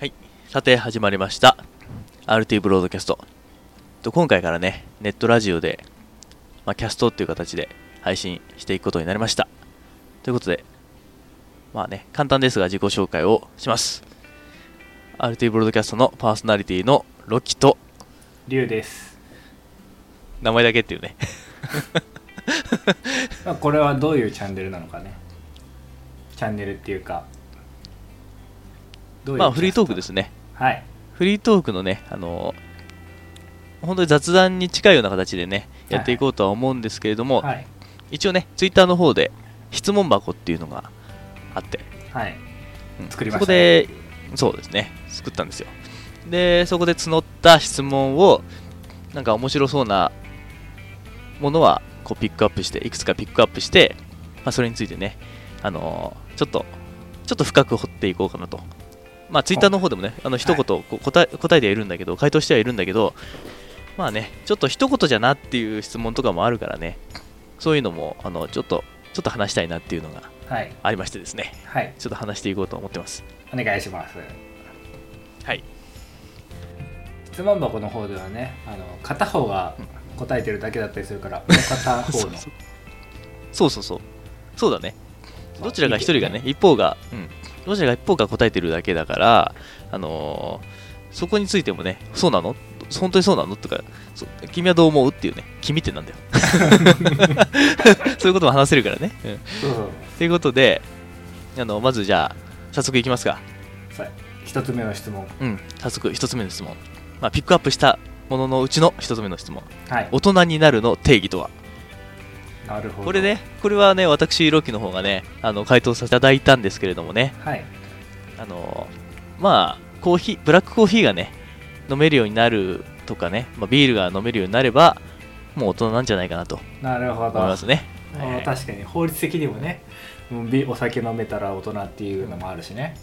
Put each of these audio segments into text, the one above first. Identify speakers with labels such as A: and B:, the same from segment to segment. A: はい、さて始まりました。RT ブロードキャスト。と今回からね、ネットラジオで、まあ、キャストっていう形で配信していくことになりました。ということで、まあね、簡単ですが自己紹介をします。RT ブロードキャストのパーソナリティのロキと、
B: 龍です、
A: 名前だけっていうね。
B: まあ、これはどういうチャンネルなのかねチャンネルっていうかどういう
A: まあフリートークですすね。
B: はい
A: フリートークのね、あのー本当に雑談に近いような形でね、やっていこうとは思うんですけれども、
B: はい
A: 一応ねツイッターの方で質問箱っていうのがあって、
B: はい
A: うん
B: 作りま
A: そこ
B: した
A: でそうですね作ったんですよでそこで募った質問をなんか面白そうなものはこうピックアップしていくつかピックアップして、まあ、それについてねあのーちょっとちょっと深く掘っていこうかなとまあツイッターの方でもねあの一言こう答え答えてはいるんだけど回答してはいるんだけどまあねちょっと一言じゃなっていう質問とかもあるからねそういうのもあのちょっとちょっと話したいなっていうのが
B: はい
A: ありましてですね
B: はい
A: ちょっと話していこうと思ってます
B: お願いします
A: はい
B: 質問箱の方ではねあの片方が答えてるだけだったりするからもう片 方
A: そう
B: の
A: そうそうそうそうそうだね
B: そう
A: どちらか一人がね一方が、うん、どちらが一方が答えてるだけだからあのーそこについてもねそうなの本当にそうなのとかそ君はどう思うっていうね君ってなん だよそういうことも話せるからね、うん
B: そうそう
A: ということであのまずじゃあ早速いきますか
B: そう一つ目の質問
A: うん早速一つ目の質問、まあ、ピックアップしたもののうちの一つ目の質問
B: はい
A: 大人になるの定義とは
B: なるほど
A: これね、これはね、私、ロキの方がね、あの回答させていただいたんですけれどもね、
B: はい
A: あのまあ、コーヒー、ブラックコーヒーがね、飲めるようになるとかね、まあ、ビールが飲めるようになれば、もう大人なんじゃないかなと
B: なるほ
A: 思
B: ど
A: いますね。
B: あ
A: はい
B: ー確かに法律的にもねもうビお酒飲めたら大人っていうのもあるしね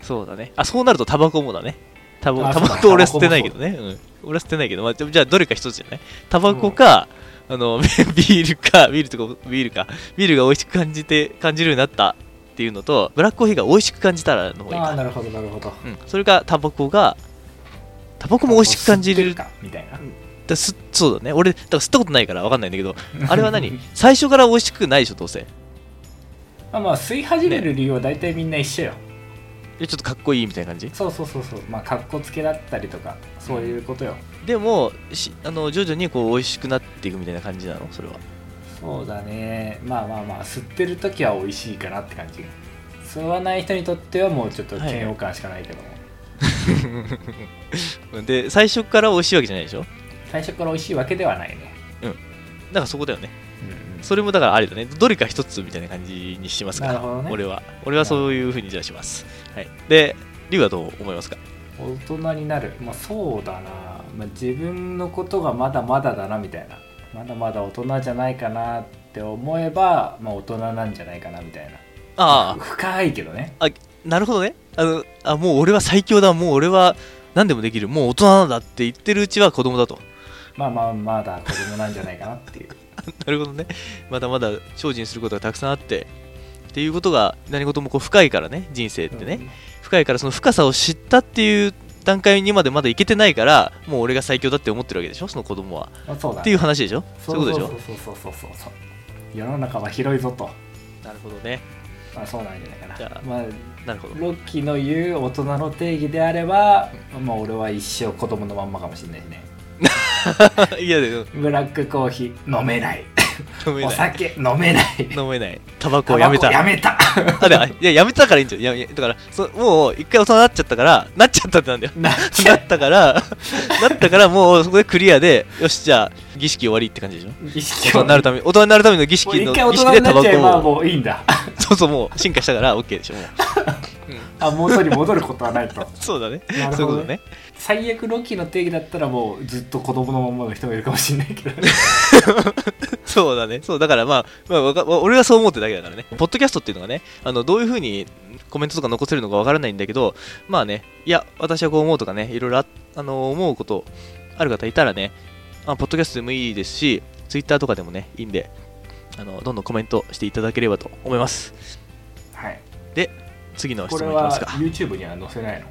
A: そうだね。あ、そうなるとタバコもだね。タバ
B: あ
A: コ、タ
B: そう
A: バ
B: だ
A: コ俺は捨てないけどね。うん、俺は捨てないけど、まあ、でもじゃあどれか一つじゃないタバコか、あの、 ビールか、ビールとか、ビールか、ビールが美味しく感じて、感じるようになったっていうのと、ブラックコーヒーが美味しく感じたらの方がいい
B: あ
A: か
B: あ
A: な
B: なるほどなるほど
A: うん、それかタバコがタバコも美味しく感じれる
B: 吸ってかみたいな
A: だすそうだね俺だから吸ったことないから分かんないんだ けどあれは何最初から美味しくないでしょどうせ
B: まあまあ吸い始める理由は大体みんな一緒よ、
A: えちょっとかっこいいみたいな感じ
B: そうそうそうそうまあかっこつけだったりとかそういうことよ、
A: でもしあの徐々にこう美味しくなっていくみたいな感じなのそれは
B: そうだねまあまあまあ吸ってる時は美味しいかなって感じ吸わない人にとってはもうちょっと嫌悪感しかないけども、
A: で最初から美味しいわけじゃないでしょ
B: 最初から美味しいわけではないね
A: だからそこだよね
B: うん
A: それもだからあれだねどれか一つみたいな感じにしますか
B: なるほどね
A: 俺は俺はそういうふうにじゃあします、はい、で龍はどう思いますか
B: 大人になるまあそうだな、まあ、自分のことがまだまだだなみたいなまだまだ大人じゃないかなって思えば、まあ、大人なんじゃないかなみたいな
A: ああ
B: 深いけどね
A: なるほどねあのあもう俺は最強だもう俺は何でもできるもう大人なんだって言ってるうちは子供だと
B: まあまあまだ子供なんじゃないかなっていう
A: なるほどねまだまだ精進することがたくさんあってっていうことが何事もこう深いからね人生 ってね、深いからその深さを知ったっていう段階にまでまだいけてないからもう俺が最強だって思ってるわけでしょその子供は
B: うんまあ、そうだ
A: っていう話でしょ
B: そ
A: そうういう
B: そ
A: こ
B: う
A: と
B: そ
A: で
B: う
A: しょ
B: そうそうそうそう世の中は広いぞと、
A: なるほどね
B: まあ、そうなんじゃないかな
A: じゃあ
B: まあ、
A: な るほど
B: ロッキーの言う大人の定義であれば、まあ、俺は一生子供のまんまかもしれないね
A: いやでも
B: ブラックコーヒー飲めない
A: 飲め
B: お
A: ない
B: 酒飲めない
A: 飲めないタバコをやめた
B: タバコやめた
A: あでもいややめたからいいんじゃんいやいやだからそもう一回大人になっちゃったからなっちゃった ってなんだよ
B: なっち
A: な
B: ゃ
A: ったから、なったからもうそこでクリアで、よし、じゃあ儀式終わりって感じでしょ。
B: 意
A: 大
B: 識
A: 人になるため大人になるための儀
B: も
A: 式
B: う一
A: の
B: 回大
A: 儀式
B: 人
A: で
B: に
A: タ
B: な
A: バ
B: っちゃえば
A: コを
B: もういいんだ
A: そうそうもう進化したから OK でしょ もう
B: あ元に戻ることはないと
A: そうだね
B: なるほ
A: そういう
B: どね
A: ことね
B: 最悪ロッキーの定義だったらもうずっと子供のまんまの人もいるかもしれないけど
A: そうだねそうだからまあ、まあわか、俺はそう思ってるだけだからねポッドキャストっていうのがねあのどういうふうにコメントとか残せるのかわからないんだけどまあねいや私はこう思うとかねいろいろああの思うことある方いたらねあポッドキャストでもいいですしツイッターとかでもねいいんであのどんどんコメントしていただければと思います
B: はい
A: 次の
B: こ
A: 質
B: れ
A: 問いきま
B: は
A: すか
B: YouTube には載せないの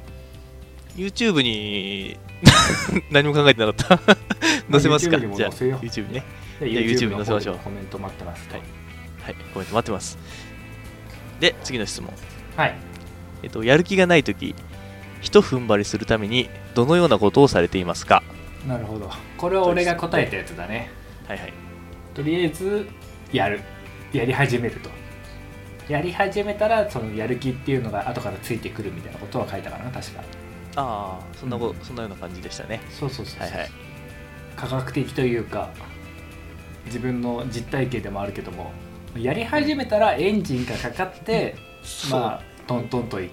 A: YouTube に 何も考えてなかった載せますか
B: YouTube にも
A: じゃあ
B: 載せよう
A: YouTube にね
B: で
A: いや YouTube に載せましょう
B: の方でコメント待ってますと
A: はいはいコメント待ってますで次の質問
B: はい
A: えっと、やる気がない時ひと踏ん張りするためにどのようなことをされていますか
B: なるほどこれは俺が答えたやつだね
A: はいはい
B: とりあえずやるやり始めるとやり始めたらそのやる気っていうのが後からついてくるみたいなことは書いたかな確か
A: ああそんなこと、そんなような感じでしたね
B: そうそうそうそう
A: はいはい
B: 科学的というか自分の実体験でもあるけどもやり始めたらエンジンがかかって、まあトントンとや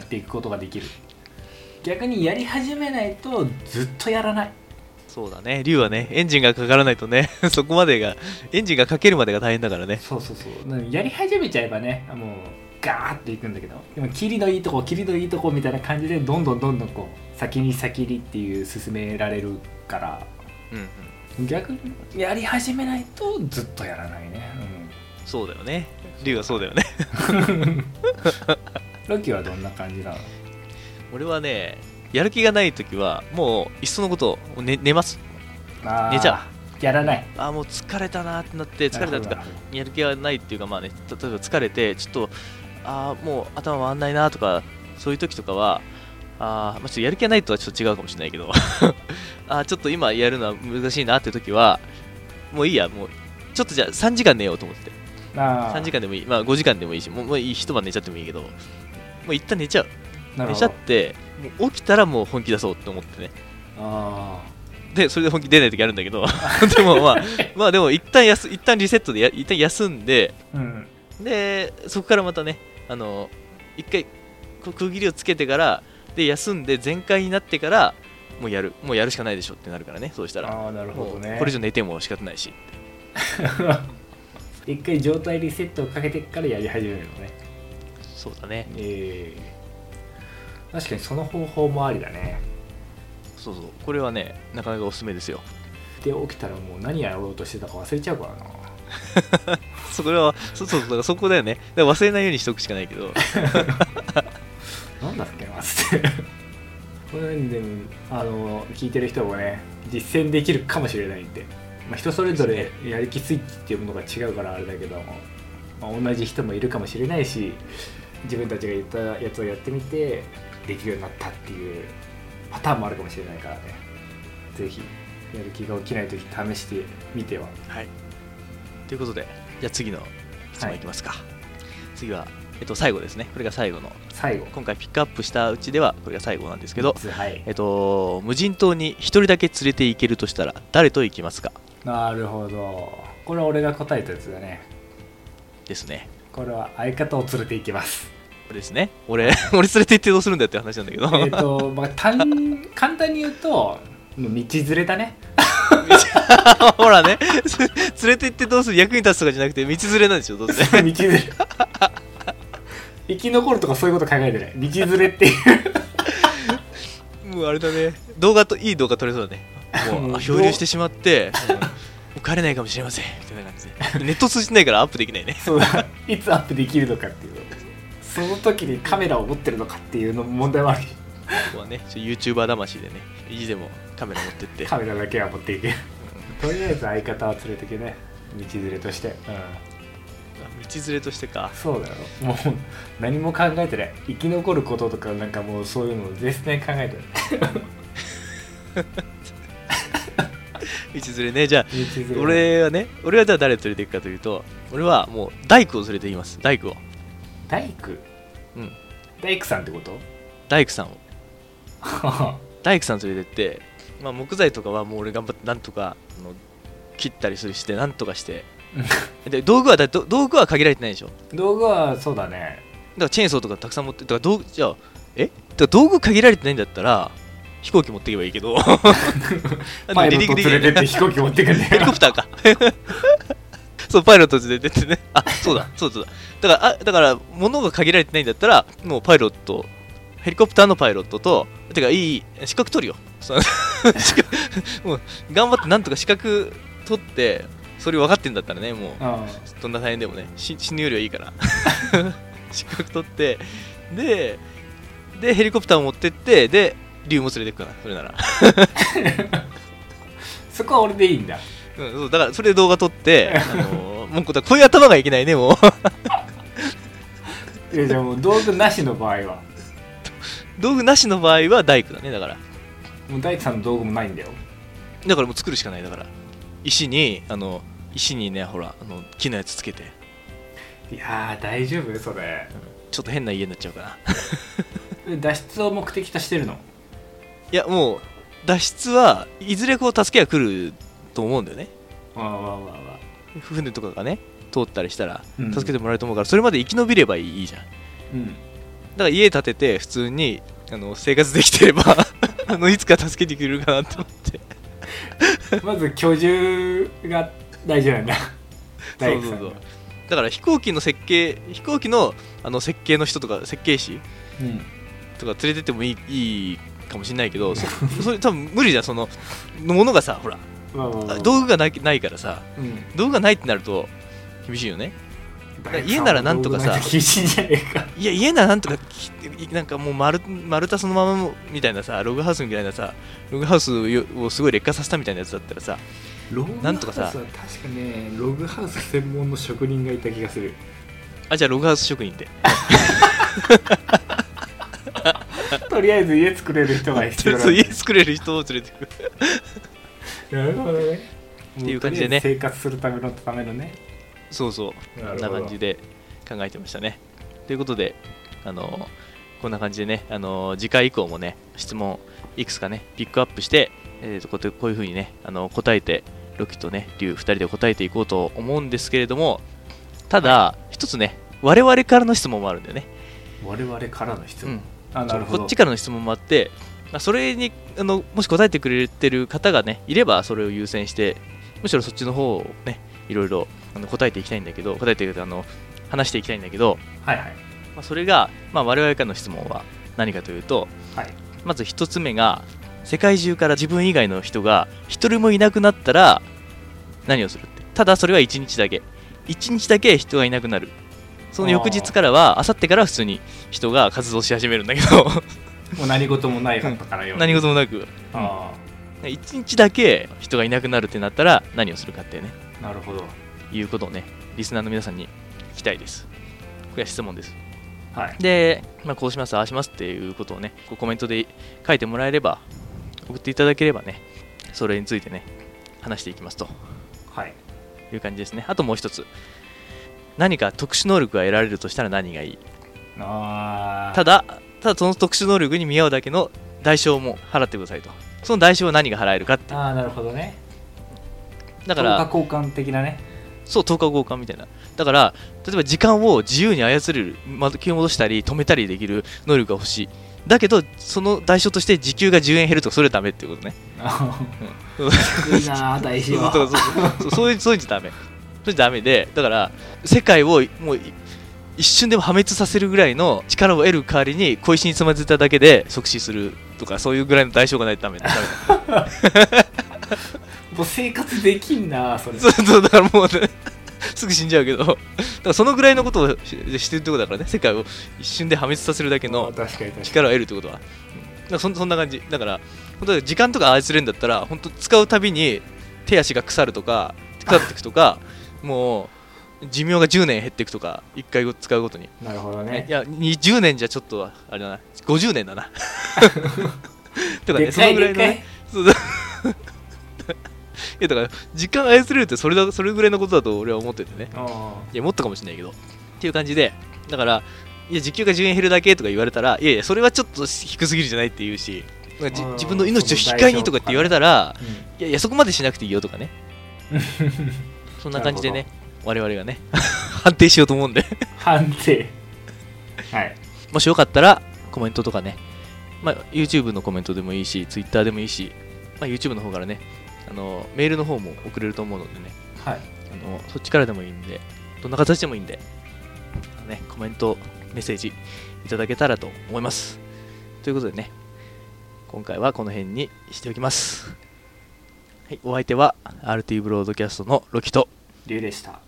B: っていくことができる逆にやり始めないとずっとやらない
A: そうだね龍はねエンジンがかからないとね そこまでがエンジンがかけるまでが大変だからね
B: そうそうそうなんかやり始めちゃえばねもうガーッていくんだけどでもキリのいいとこキリのいいとこみたいな感じでどんどんどんどんこう先に先にっていう進められるから
A: うん、うん、
B: 逆にやり始めないとずっとやらないね、
A: そうだよね龍はそうだよね
B: うん、ロキはどんな感じなの
A: 俺はねやる気がない時はもういっそのことを、ね、寝ます
B: あー
A: 寝ちゃ
B: やらない
A: ああもう疲れたなーってなって疲れたとか
B: なるほどなるほど
A: やる気がないっていうかまあね例えば疲れてちょっとああもう頭回んないなとかそういう時とかはあー、まあ、ちょっとやる気がないとはちょっと違うかもしれないけど あーちょっと今やるのは難しいなって時はもういいやもうちょっとじゃあ3時間寝ようと思って
B: あ
A: 3時間でもいいまあ5時間でもいいしもうもういい一晩寝ちゃってもいいけどもう一旦寝ちゃう
B: 間
A: 寝ちゃってもう起きたらもう本気出そうって思ってね
B: あ
A: でそれで本気出ない時あるんだけど でもまあまあでも一旦やす一旦リセットでや一旦休んで
B: ーうん
A: でそこからまたねあの一回こう区切りをつけてからで休んで全開になってからもうやるもうやるしかないでしょってなるからねそうしたら
B: ああなるほど
A: も
B: ね
A: うこれ以上寝ても仕方ないし
B: 一回状態リセットをかけてからやり始めるのね
A: そうだね
B: えー確かにその方法もありだね
A: そうそうこれはねなかなかおすすめですよ
B: で起きたらもう何やろうとしてたか忘れちゃうからな
A: そこはそうそうそうだからそこだよねだから忘れないようにしておくしかないけど
B: なんだっけなっつってこれでもあの聞いてる人もね実践できるかもしれないんで、まあ、人それぞれやる気スイッチっていうものが違うからあれだけども、まあ、同じ人もいるかもしれないし自分たちが言ったやつをやってみてできるようになったっていうパターンもあるかもしれないからね是非やる気が起きない時試してみ ては
A: はいということでじゃあ次の質
B: は
A: 問
B: い
A: いきますか、次はえっと最後ですねこれが最後の
B: 最後
A: 今回ピックアップしたうちではこれが最後なんですけど
B: はい
A: えっと、無人島に一人だけ連れて行けるとしたら誰と行きますか
B: なるほどこれは俺が答えたやつだね
A: ですね。
B: これは相方を連れて行きます
A: これですね。 俺、俺連れて行ってどうするんだよって話なんだけど。
B: えっと、まあ、単簡単に言うともう道連れだね
A: ほらね、 す連れて行ってどうする役に立つとかじゃなくて道連れなんでしょ、どうせ。
B: 道連れ 生き残るとかそういうこと考えてない道連れっていう
A: もうあれだね。動画と、いい動画撮れそうだね。も
B: も
A: う、
B: う
A: あ漂流してしまって、もうもう帰れないかもしれません。みたいな感じで。ネット通じてないからアップでき ないね。
B: そうだいつアップできるのかっていうその時にカメラを持ってるのかっていうのも問題もあるし
A: ここはね、ちょ YouTuber 魂でね、意地でもカメラ持ってって。
B: カメラだけは持っていけるとりあえず相方は連れてけね道連れとして、うん、
A: 道連れとしてか。
B: そうだよもう何も考えてない生き残ることとかなんかもうそういうの全然考えてない
A: 道連れね。じゃあ、
B: 道連れ
A: 俺はね俺はじゃあ誰連れていくかというと俺はもう大工を連れていきます大工を
B: 大工
A: うん
B: 大工さんってこと
A: 大工さんを大工さん連れてって、まあ、木材とかはもう俺頑張ってなんとかあの切ったりするしてなんとかしてで道具はだど道具は限られてないでしょだか
B: 道具はそうだね
A: らチェーンソーとかたくさん持ってだから道具じゃあえだから道具限られてないんだったら飛行機持っていけばいいけどあの
B: パイロ
A: 離
B: ッ
A: 陸
B: ト
A: できな
B: 連
A: い
B: れてって飛行機持ってくんだ
A: ヘ リコ
B: よ
A: プターか。そう、パイロット連れてってね。あ、そうだ、そうだそうだ。だから、あだから物が限られてないんだったら、もうパイロット、ヘリコプターのパイロットと、てか、いい、資格取るよ。その 資格もう、頑張ってなんとか資格取って、それ分かってんだったらね、もう、
B: う
A: どんな大変でもね、し死ぬよりはいいから。 資格取って、で、で、ヘリコプターを持ってって、で、竜も連れてくかなそれなら
B: そこは俺でいいんだ
A: うんそうだからそれで動画撮 って、あのー、もうこういう頭がいけないねもう
B: いやじゃあもう道具なしの場合は
A: 道具なしの場合は大工だねだから
B: もう大地さんの道具もないんだよ
A: だからもう作るしかないだから石にあの石にねほらあの木のやつつけて
B: いやー大丈夫それ
A: ちょっと変な家になっちゃうかな
B: 脱出を目的としてるの
A: いやもう脱出はいずれこう助けが来ると思うんだよね
B: わあわあわあわあ
A: 船とかがね通ったりしたら
B: うん
A: 助けてもらえると思うから、それまで生き延びればいいじゃんだか
B: うん
A: ら家建てて普通にあの生活できてれば あのいつか助けてくれるかなと思って
B: まず居住が大事な んだ大工さんが
A: そうそうだから飛行機の設計飛行機のあの設計の人とか設計士
B: うん
A: とか連れてってもいいいいかもしれないけ どそそれ多分無理じゃんそのものがさほら
B: わあわあわあ
A: 道具がないないからさ
B: うん
A: 道具がないってなると厳しいよね
B: 大工さん
A: 家ならなんとかさ
B: 道具ない厳しいんじゃねえか
A: いや家ならなんとかきなんかもう丸丸太そのままみたいなさログハウスみたいなさログハウスをすごい劣化させたみたいなやつだったらさ
B: ログハウス
A: な
B: は
A: んとかさ
B: 確かねログハウス専門の職人がいた気がする
A: あじゃあログハウス職人で
B: とりあえず家作れる人が必要な ん
A: そ
B: だ
A: う家作れる人を連れてくる
B: なるほどね
A: っていう感じでね
B: もうとりあえず生活するためのためのね
A: そうそうこんな感じで考えてましたね。ということで、あのこんな感じでね、あの次回以降もね、質問いくつかね、ピックアップして、えー、とこうやってこういうふうにね、あの答えて、ロキとね、リュウ2人で答えていこうと思うんですけれども、ただ、一つね、我々からの質問もあるんだよね。
B: 我々からの質
A: う
B: 問、
A: ん
B: あなるほど
A: こっちからの質問もあって、まあ、それにあのもし答えてくれてる方がねいればそれを優先してむしろそっちの方をねいろいろあの答えていきたいんだけど答えていうかあの話していきたいんだけど、
B: はいはい
A: まあ、それが、まあ、我々からの質問は何かというと
B: はい
A: まず1つ目が世界中から自分以外の人が1人もいなくなったら何をするってただそれは1日だけ1日だけ人がいなくなるその翌日からはあさってからは普通に人が活動し始めるんだけど
B: もう何事もないかったからよ、
A: 何事もなく
B: あ
A: 1日だけ人がいなくなるってなったら何をするかってね
B: あなるほど
A: いうことをねリスナーの皆さんに聞きたいですこれは質問です
B: はい
A: で、まあ、こうしますああしますっていうことをねこうコメントで書いてもらえれば送っていただければねそれについてね話していきますと
B: はい
A: いう感じですねあともう一つ何か特殊能力が得られるとしたら何がいい
B: あ
A: た
B: だ
A: だただその特殊能力に見合うだけの代償も払ってくださいとその代償は何が払えるかっていう
B: ああなるほどね
A: だから
B: 等価交換的なね
A: そう10日交換みたいなだから例えば時間を自由に操れる巻き戻したり止めたりできる能力が欲しいだけどその代償として時給が10円減るとかそれはダメっていうことね、
B: あ
A: うん、
B: ーいいなー大事
A: そう
B: は
A: そうそうそうそういうそういうんじゃダメそういうんじゃダメでだから世界をもうい一瞬でも破滅させるぐらいの力を得る代わりに小石につまずいただけで即死するとかそういうぐらいの代償がないとダメだダメだ
B: もう生活できんなーそれ
A: そうそうだからもうねすぐ死んじゃうけどだからそのぐらいのことをししてるってことだからね世界を一瞬で破滅させるだけ
B: あ
A: の
B: ー確かに確かに
A: 力を得るってことはだからそんそんな感じだから本当に時間とか操れるんだったら本当使うたびに手足が腐るとか腐っていくと かもう寿命が10年減っていくとか1回使うごとに
B: なるほどね
A: いや20年じゃちょっとあれだな50年だ なとかね
B: でっ
A: そ
B: か
A: の
B: い
A: ぐら
B: で
A: いの
B: っか
A: ね
B: い
A: そうだ いやだから時間操れるってそれだそれぐらいのことだと俺は思っててね
B: あ
A: いや、もっとかもしれないけど。っていう感じで、だから、いや、時給が10円減るだけとか言われたら、いやいや、それはちょっと低すぎるじゃないって言うし、なんかじ
B: あー
A: 自分の命を引き換えにとかって言われたら、
B: ー
A: いやいや、そこまでしなくていいよとかね。
B: うん
A: そんな感じでね、我々がね、 判定しようと思うんで、
B: 判定はい
A: もしよかったら、コメントとかね、まあ、YouTube のコメントでもいいし、Twitter でもいいし、まあ、YouTube の方からね、あのメールの方も送れると思うのでね、
B: はい
A: あのそっちからでもいいんで、どんな形でもいいんで、あのね、コメント、メッセージいただけたらと思います。ということでね、今回はこの辺にしておきます。はい、お相手は RT ブロードキャストのロキと、
B: 龍でした